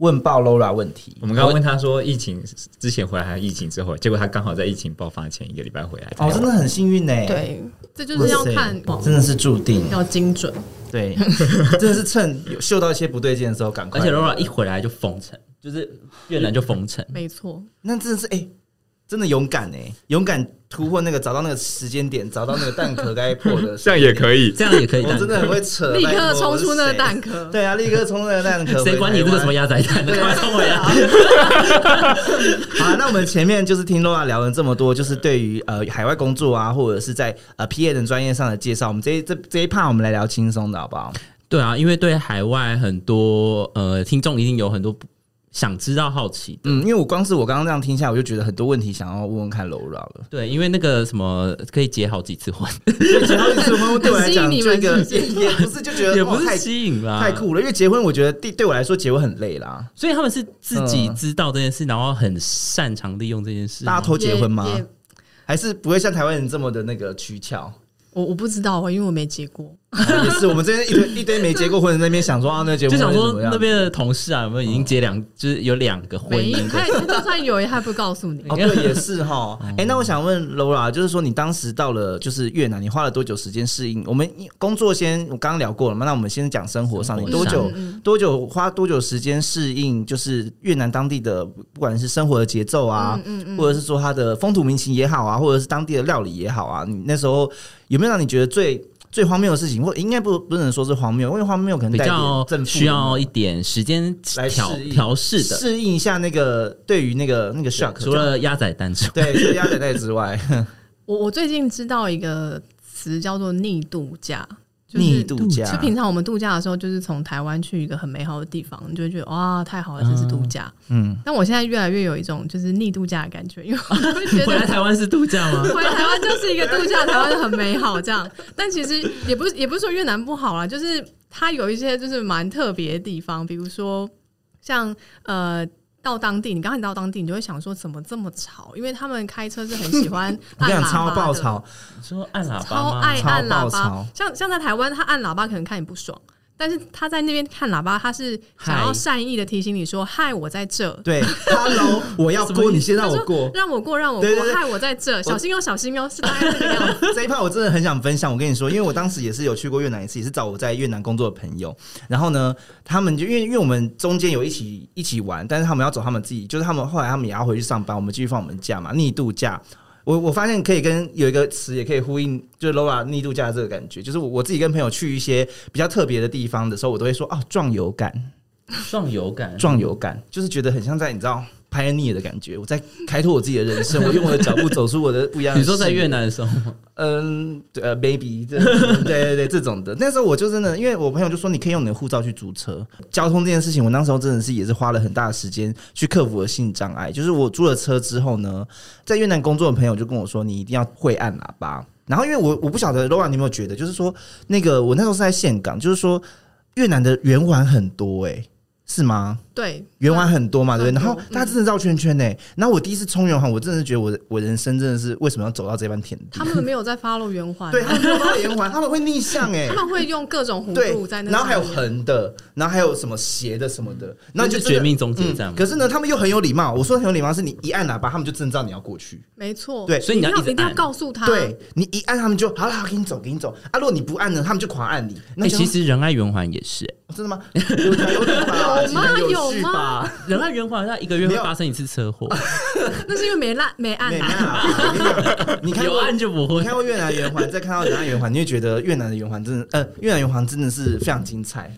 问爆 Laura 问题。我们刚刚问他说，疫情之前回来还是疫情之后？结果他刚好在疫情爆发前一个礼拜回来。哦，真的很幸运呢、对，嗯这就是要看哇塞真的是注定。要精准， 对，真的是趁有嗅到一些不对劲的时候赶快。而且 Laura 一回来就封城，就是越南就封城，没错，那真的是哎、真的勇敢哎、勇敢突破那个，找到那个时间点，找到那个蛋壳该破 的时这样也可以，这样也可间以。点。我哦真的很会扯，立拜刻托冲出那个。我蛋是壳谁。对啊，立刻冲出那个蛋壳。谁管你这个什么样？鸭仔蛋？啊干嘛冲我呀？ 好啊，那我们前面就是听 Laura 聊了这么多，就是对于呃海外工作啊，或者是在呃 PA 等专业上的介绍，我们这一这这一 part 我们来聊轻松的好不好？对啊，因为对海外很多呃听众一定有很多不想知道、好奇的。嗯，因为我光是我刚刚这样听下来，我就觉得很多问题想要问问看 Laura 了。对，因为那个什么可以结好几次婚，结婚结婚对我来讲， 很吸引你这们个是也不也不是啊就觉得也不啊哇太是吸引啦，太。酷了，因为结婚我觉得对对我来说结婚很累啦。所以他们是自己嗯知道这件事，然后很擅长利用这件事吗。大家偷结婚吗？也也还是不会像台湾人这么的那个取巧？ 我我不知道啊，因为我没结过。也是我们这边一堆一堆没结过婚的那边想说啊，那结婚就想会说怎么样那边的同事啊，有没有已经结两，就是有两个婚没姻，的？他他就算有，他也不告诉你。哦，对，也是 哈。哎、那我想问 Laura，就是说你当时到了就是越南，你花了多久时间适应？我们工作先，我刚刚聊过了嘛，那我们先讲生活上，生活你多久上嗯多久花多久时间适应？就是越南当地的，不管是生活的节奏 啊，嗯嗯嗯或者是说它的风土民情也好啊，或者是当地的料理也好啊，你那时候有没有让你觉得最最荒谬的事情？或应该不不能说是荒谬，因为荒谬可能比带点较正负需要一点时间来调适应调试的。适应一下那个对于那个那个 shock，除了鸭仔蛋之外，对除了鸭仔带之外。我我最近知道一个词叫做逆度假， 就是逆度假，是平常我们度假的时候，就是从台湾去一个很美好的地方，你就会觉得哇，太好了，这是度假。嗯，但我现在越来越有一种就是逆度假的感觉，因为我会觉回来得。台湾是度假 吗？回来台湾就是一个度假，台湾很美好这样。但其实也不是也不是说越南不好啦，就是它有一些就是蛮特别的地方，比如说像呃。到当地，你刚才到当地，你就会想说怎么这么吵？因为他们开车是很喜欢我按跟你喇讲超叭爆的，吵，说按喇叭超吗？哦爱按超喇爆叭吵。像像在台湾，他按喇叭可能看你不爽，但是他在那边看喇叭，他是想嗨要善意的提醒你说：“嗨，我在这。” 对，Hello，我要什么过，意思你先让他我说 过。让我过，让我对对过，对害我在这，小心哦，小心哦，是大概这个样子。这一趴我真的很想分享，我跟你说，因为我当时也是有去过越南一次，也是找我在越南工作的朋友。然后呢，他们就因为因为我们中间有一起一起玩，但是他们要走他们自己，就是他们后来他们也要回去上班，我们继续放我们假嘛，逆度假。我我发现可以跟有一个词也可以呼应，就是 Laura 逆度假的这个感觉，就是我我自己跟朋友去一些比较特别的地方的时候，我都会说哦壮游感，壮游感，壮游感，就是觉得很像在你知道 pioneer 的感觉，我在开拓我自己的人生，我用我的脚步走出我的不一样的。 你说在越，南的时候 吗，嗯，对呃，baby，这 对对对，这种的。那时候我就真的，因为我朋友就说你可以用你的护照去租车，交通这件事情，我那时候真的是也是花了很大的时间去克服我的心理障碍。就是我租了车之后呢，在越南工作的朋友就跟我说，你一定要会按喇叭。然后因为我我不晓得 Laura 你有没有觉得，就是说那个我那时候是在岘港，就是说越南的圆环很多、欸，是吗？对，圆环很多嘛，对不对？很然多后大家真的绕圈圈呢、嗯然后我第一次冲圆环，我真的觉得我我人生真的是为什么要走到这般田地他？们没有在 follow 圆环，对，他们没有绕 圆环，他们会逆向哎、啊他们会用各种弧对度在，那，嗯然后还有，横的，然后还有什么斜的什么的，然后你就就是真的绝命终结站嗯吗可是呢，他们又很有礼貌。我说很有礼貌，是你一按喇叭，他们就真的知道你要过去。没错，对所以你要一一直定要按告诉哦他，对你一按，他们就好了，好给你走，给你走。啊，如果你不按呢，他们就狂 按你。那哎，你就其实仁爱圆环也是，哎真的吗？有有理吧？有吗其实有趣吗吧？仁爱圆环它一个月没会有发生一次车祸，那是因为没按没按没啊，办法，没办法你看有过按就不你会看。过越南圆环，再看到南岸圆环，你会觉得越南的圆环真的，呃，越南圆环真的是非常精彩，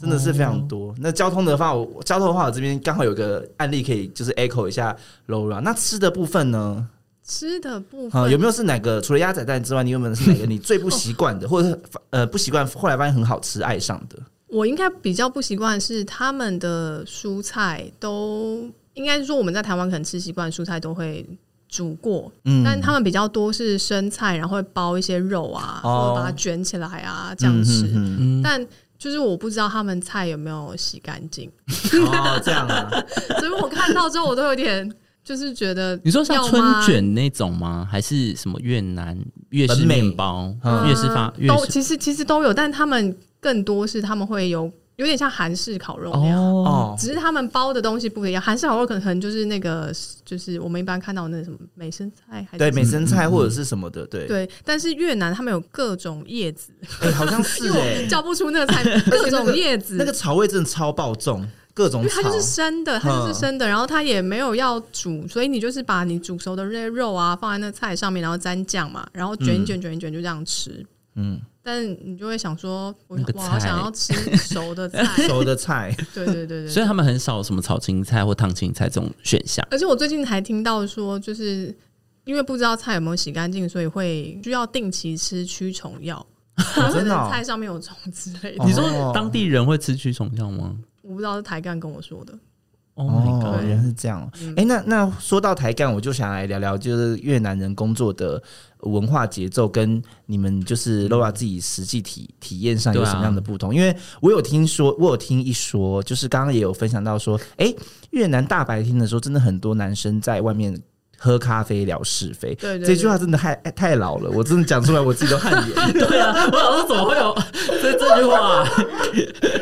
真的是非常哦多。那交通的话，我交通的话，我这边刚好有个案例可以就是 echo 一下 Laura。那吃的部分呢？吃的部啊、分有没有是哪个除了鸭仔蛋之外，你有没有是哪个你最不习惯的，或者是呃不习惯，后来发现很好吃爱上的？我应该比较不习惯是他们的蔬菜都，应该是说我们在台湾可能吃习惯蔬菜都会煮过，嗯但他们比较多是生菜，然后会包一些肉啊，哦或者把它卷起来啊这样吃。嗯嗯，但就是我不知道他们菜有没有洗干净， 哼哼哦，这样啊，所以我看到之后我都有点就是觉得你说像要春吗卷那种吗？还是什么越南越本式美面包嗯、越式发啊越都式其实其实都有，但他们更多是他们会有有点像韩式烤肉那样。哦，哦，只是他们包的东西不一样，韩式烤肉可能就是那个，就是我们一般看到的那什么美生菜还是对，什么美生菜或者是什么的，对，对，但是越南他们有各种叶子，哎，好像是 因为哎我，叫不出那个 菜，各种叶子，那个草味真的超爆重，各因种为草它就是生的，它嗯就是生的，然后它也没有要煮，所以你就是把你煮熟的那些肉啊放在那菜上面，然后沾酱嘛，然后卷一卷卷一卷就这样吃。嗯，但你就会想说，我那个我好菜想要吃熟的 菜，熟的菜，对对对对所以他们很少什么炒青菜或烫青菜这种选项。而且我最近还听到说，就是因为不知道菜有没有洗干净，所以会需要定期吃驱虫药，哦真的 能哦菜上面有虫之类的。哦你说当地人会吃驱虫药吗我不知道是台干跟我说的， ？Oh my 哦， god！原来是这样哦。嗯哎，那那说到台干，我就想来聊聊，就是越南人工作的文化节奏跟你们就是 Laura 自己实际体体验上有对啊什么样的不同？因为我有听说，我有听一说，就是刚刚也有分享到说，哎，越南大白天的时候，真的很多男生在外面喝咖啡聊是非。对对这句话真的太太老了，我真的讲出来我自己都汗颜。对啊，我想说怎么会有这这句话、啊？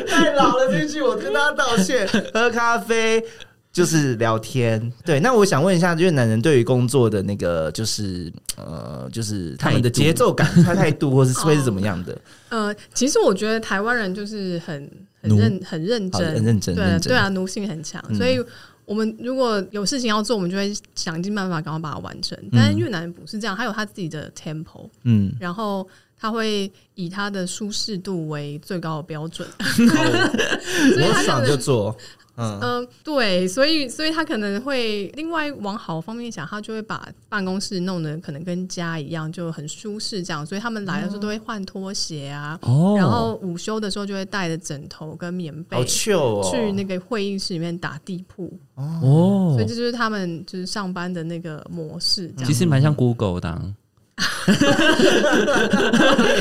太老了这句，我跟大家道歉。喝咖啡就是聊天，对。那我想问一下，越南人对于工作的那个，就是呃，就是他们的态度节奏感、他态度，或是会是怎么样的？呃，其实我觉得台湾人就是很很奴认很认好真，很认真对认真嗯对啊，奴性很强，所以我们如果有事情要做，我们就会想尽办法赶快把它完成。但是越南人不是这样，他有他自己的 tempo，嗯，然后他会以他的舒适度为最高的 标准，所以哦我他可爽就能。做，嗯，嗯、对，所以所以他可能会另外往好方面想，他就会把办公室弄得可能跟家一样，就很舒适这样。所以他们来的时候都会换拖鞋啊， 哦然后午休的时候就会带着枕头跟棉好被糗哦，去那个会议室里面打地铺，哦所以，这就是他们就是上班的那个模式。这样嗯其实蛮像 Google 的啊、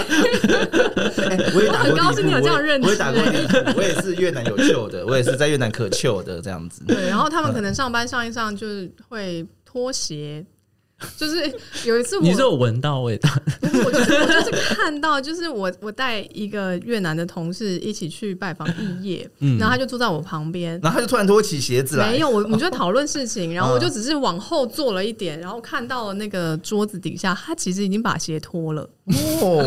哎我也打过我很高兴地你铺有这样认知我也打过地铺，我也是越南有糗的，我也是在越南可糗的这样子。对，然后他们可能上班上一上就是会拖鞋，就是 有一次我你是有闻到味道？ 不是我就是我就是看到，就是我我带一个越南的同事一起去拜访异业，然后他就坐在我旁边。然后他就突然脱起鞋子嗯来，嗯没有，我我们就讨论 事情，然后我就只是往后坐了一点，然后看到了那个桌子底下，他其实已经把鞋脱了。哦，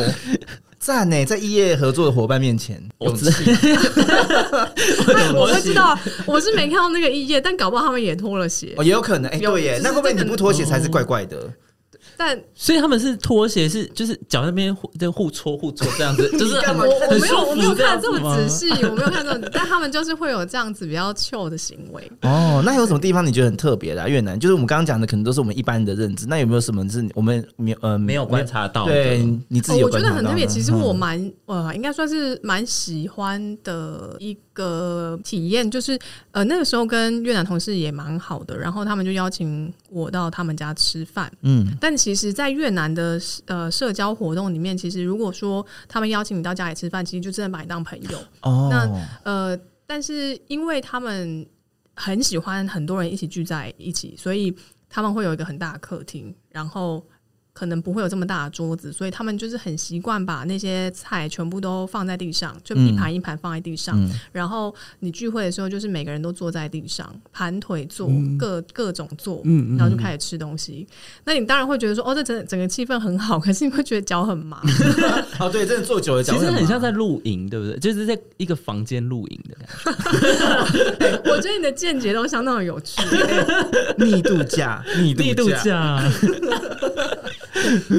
赞呢，在异业合作的伙伴面前，我勇知气。但 我会知道，我是没看到那个异业，但搞不好他们也脱了鞋哦，。也有可能，哎、有对就耶，是那会不会这个你不脱鞋才嗯是怪怪的？但所以他们是拖鞋是就是脚那边互就互搓互搓这样子，就是你干很嘛我我很没舒有服我没有看这这样么仔子细，我没有看这么，但他们就是会有这样子比较 chill 的行为。哦，那有什么地方你觉得很特别的、啊？越南就是我们刚刚讲的，可能都是我们一般人的认知。那有没有什么是我们没有呃没有观？察到的。对，你自己有哦我观觉察得到很特别。吗其实我嗯蛮呃，应该算是蛮喜欢的一个体验，就是呃那个时候跟越南同事也蛮好的，然后他们就邀请我到他们家吃饭。嗯但其实，在越南的呃社交活动里面，其实如果说他们邀请你到家里吃饭，其实就真的把你当朋友。哦那呃，但是因为他们很喜欢很多人一起聚在一起，所以他们会有一个很大的客厅，然后可能不会有这么大的桌子，所以他们就是很习惯把那些菜全部都放在地上，嗯就一盘一盘放在地上。嗯然后你聚会的时候，就是每个人都坐在地上，盘腿坐，各各种坐，嗯嗯嗯然后就开始吃东西。那你当然会觉得说，哦，这整整个气氛很好， 可是你会觉得脚很麻。 哦，对，真的坐久了脚其会实麻很像在露营，对不对？就是在一个房间露营的感觉。我觉得你的见解都相当的有趣。逆度假，逆力度假，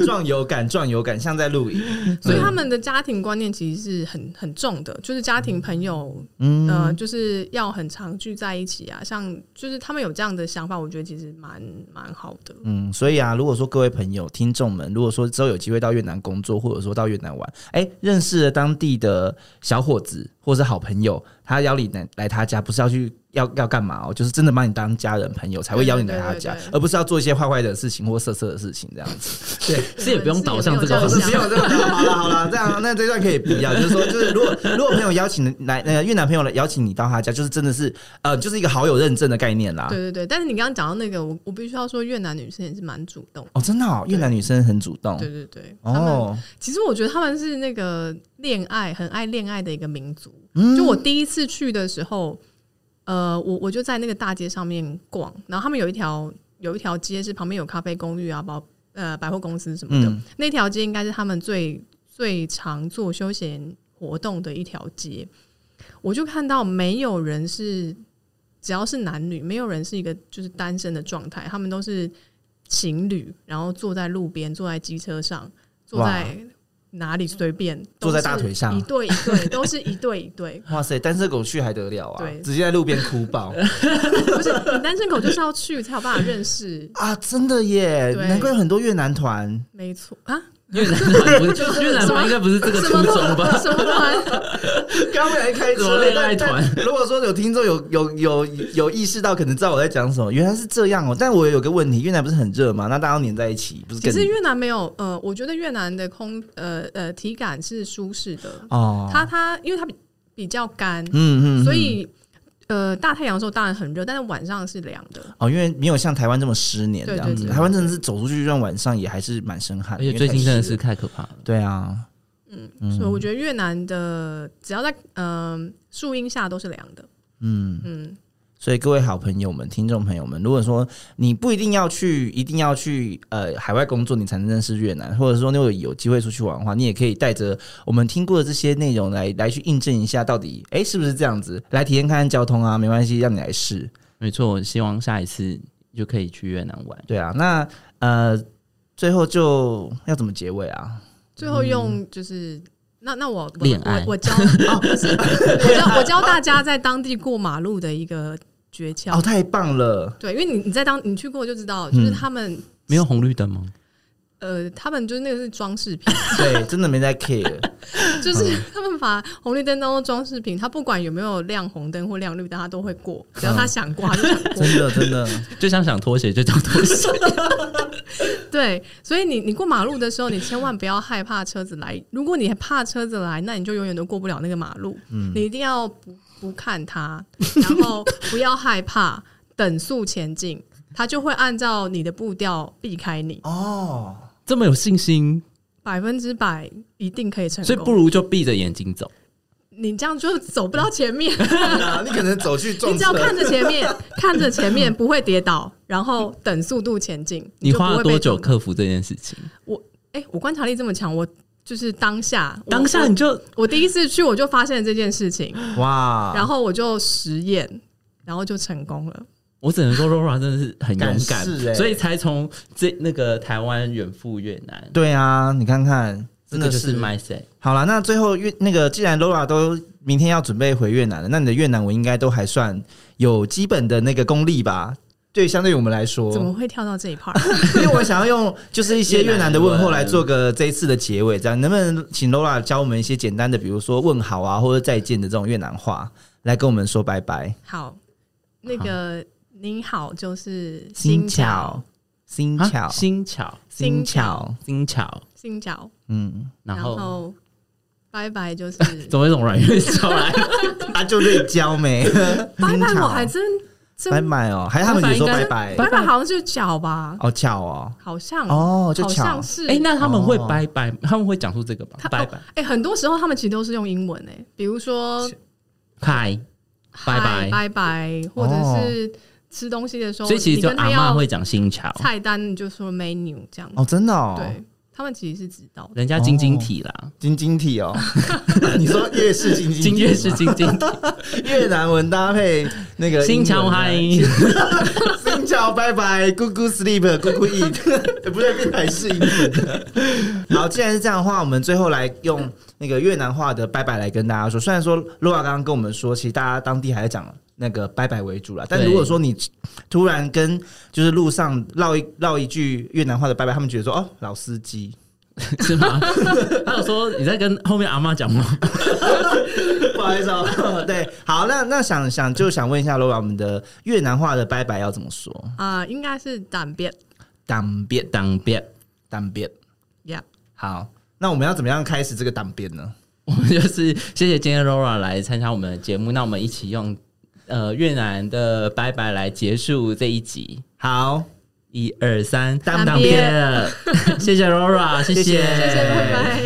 壮游感，壮游感，像在露营。所以他们的家庭观念其实是很很重的，就是家庭朋友，嗯呃，就是要很常聚在一起啊。像就是他们有这样的想法，我觉得其实蛮蛮好的。嗯，所以啊，如果说各位朋友、听众们，如果说之后有机会到越南工作，或者说到越南玩，哎、认识了当地的小伙子或是好朋友，他邀你来来他家，不是要去要要干嘛哦，就是真的把你当家人朋友才会邀你来他家，对对对对而不是要做一些坏坏的事情或色色的事情这样子。 是也不用导向这个我方不们哦是是也没有不这要这样样，好了好了，这样那这段可以不要，就是说，就是如果如果朋友邀请来呃越南朋友来邀请你到他家，就是真的是呃就是一个好友认证的概念啦。对对对，但是你刚刚讲到那个，我我必须要说，越南女生也是蛮主动。哦，真的哦，越南女生很主动对。对对，他们哦，其实我觉得他们是那个恋爱很爱恋爱的一个民族，嗯就我第一次去的时候，呃，我我就在那个大街上面逛，然后他们有一条有一条街是旁边有咖啡公寓啊，包呃百货公司什么的，嗯那条街应该是他们最最常做休闲活动的一条街。我就看到没有人是，只要是男女，没有人是一个就是单身的状态，他们都是情侣，然后坐在路边，坐在机车上，坐哇在哪里随便，嗯坐在都是大腿上一对一对，都是一对一对。 哇塞，单身狗去还得了啊对！直接在路边哭 爆不是你单身狗就是要去才有办法认识，啊！真的耶，对难怪有很多越南 团。没错啊，越南团不是越南团应该不是这个什初么衷吧？团 什么 团？刚本来开什么恋爱团但但如果说有听众有有有有意识到，可能知道我在讲什么，原来是这样哦、但我有个问题，越南不是很热嘛？那大家都黏在一起，不是其更实越南没有呃，我觉得越南的空呃呃体感是舒适的，哦？它它因为它比比较干，嗯嗯，所嗯以呃大太阳的时候当然很热，但是晚上是凉的。哦，因为没有像台湾这么湿黏这对样对子，对台湾真的是走出去，就算晚上也还是蛮生汗而的，且因为最近太真的湿是了太可怕了。对啊，所以我觉得越南的只要在嗯、树荫下都是凉的，嗯。嗯，所以各位好朋友们、听众朋友们，如果说你不一定要去，一定要去呃海外工作，你才能认识越南，或者说你有有机会出去玩的话，你也可以带着我们听过的这些内容来来去印证一下，到底哎是不是这样子，来体验看看交通啊，没关系，让你来试。没错，我希望下一次就可以去越南玩。对啊，那呃最后就要怎么结尾啊？最后用就是。那那我我恋爱我我教哦，不是我教我教大家在当地过马路的一个诀窍哦，太棒了，对，因为你你在当你去过就知道，就是嗯他们、没有红绿灯吗？呃，他们就是那个是装饰品，对，真的没在 care。就是他们把红绿灯当做装饰品，他不管有没有亮红灯或亮绿灯，他都会过，只要他想过他就想过。真的真的，就像想拖鞋就叫拖鞋，对，所以你你过马路的时候，你千万不要害怕车子来。如果你怕车子来，那你就永远都过不了那个马路。嗯你一定要不不看它，然后不要害怕，等速前进，它就会按照你的步调避开你，哦，这么有信心，百分之百一定可以成所功。以不如就闭着眼睛走。你这样就走不到前面，你可能走去你撞只要车，看着前面，看着前面不会跌倒，然后等速度前进。你就不花了会被多久撞到？克服这件事情？哎、我观察力这么强，我就是当下，我当下我你就我第一次去我就发现了这件事情，哇，然后我就实验，然后就成功了。我只能说 Rora 真的是很勇敢敢，试欸所以才从这那个台湾远赴越南，对啊，你看看，真这的个就是是 mindset。好了，那最后越那个，既然 Laura 都明天要准备回越南了，那你的越南文应该都还算有基本的那个功力吧？对，相对于我们来说，怎么会跳到这一 part？ 因为我想要用就是一些越南的问候越南文来做个这一次的结尾，这样能不能请 Laura 教我们一些简单的，比如说问好啊，或者再见的这种越南话，来跟我们说拜拜？好，那个您好，就是巧，巧，新啊巧，新巧，新巧，新巧，新巧，嗯，然后后拜 拜就是怎么有一种软月笑来？啊，就瑞娇没， 拜拜，我还新巧真拜真拜哦，还是他们也说拜拜，拜拜，好像就脚吧，哦巧哦，好像哦就好巧像。是哎，那他们会哦拜拜，他们会讲出这个吧他？拜拜，哎、很多时候他们其实都是用英文哎、比如说嗨，拜嗨拜拜拜，或者是吃东西的时候，哦所以其实你就跟阿他嬷要会讲新巧，菜单，你就说 menu 这样。哦，真的哦，对他们其实是知道的。人家晶晶体啦，晶晶体 哦，你说越式晶晶金体月吗是晶晶体，越南文搭配那个新巧嗨，英文啊，新桥拜拜，咕咕 sleep，咕咕 eat，不对，变台式英文。好，既然是这样的话，我们最后来用那个越南话的拜拜来跟大家说。虽然说洛亚刚刚跟我们说，其实大家当地还是讲那个拜拜为主啦，但对如果说你突然跟就是路上唠一唠一句越南话的拜拜，他们觉得说哦老司机，是吗？ 他有说你在跟后面阿嬷讲吗？ 不好意思哦， 对，好，那那想想就想问一下罗老，我们的越南话的拜拜要怎么说？哦啊、应该是胆边当变当别，当变， ，Yeah，好，那我们要怎么样开始这个当变呢？我们 就是谢谢今天 Laura 来参加我们的节目，那我们一起用呃越南的拜拜来结束这一集。好，一二三，当当别别，谢谢 Laura，谢谢谢谢谢，拜拜。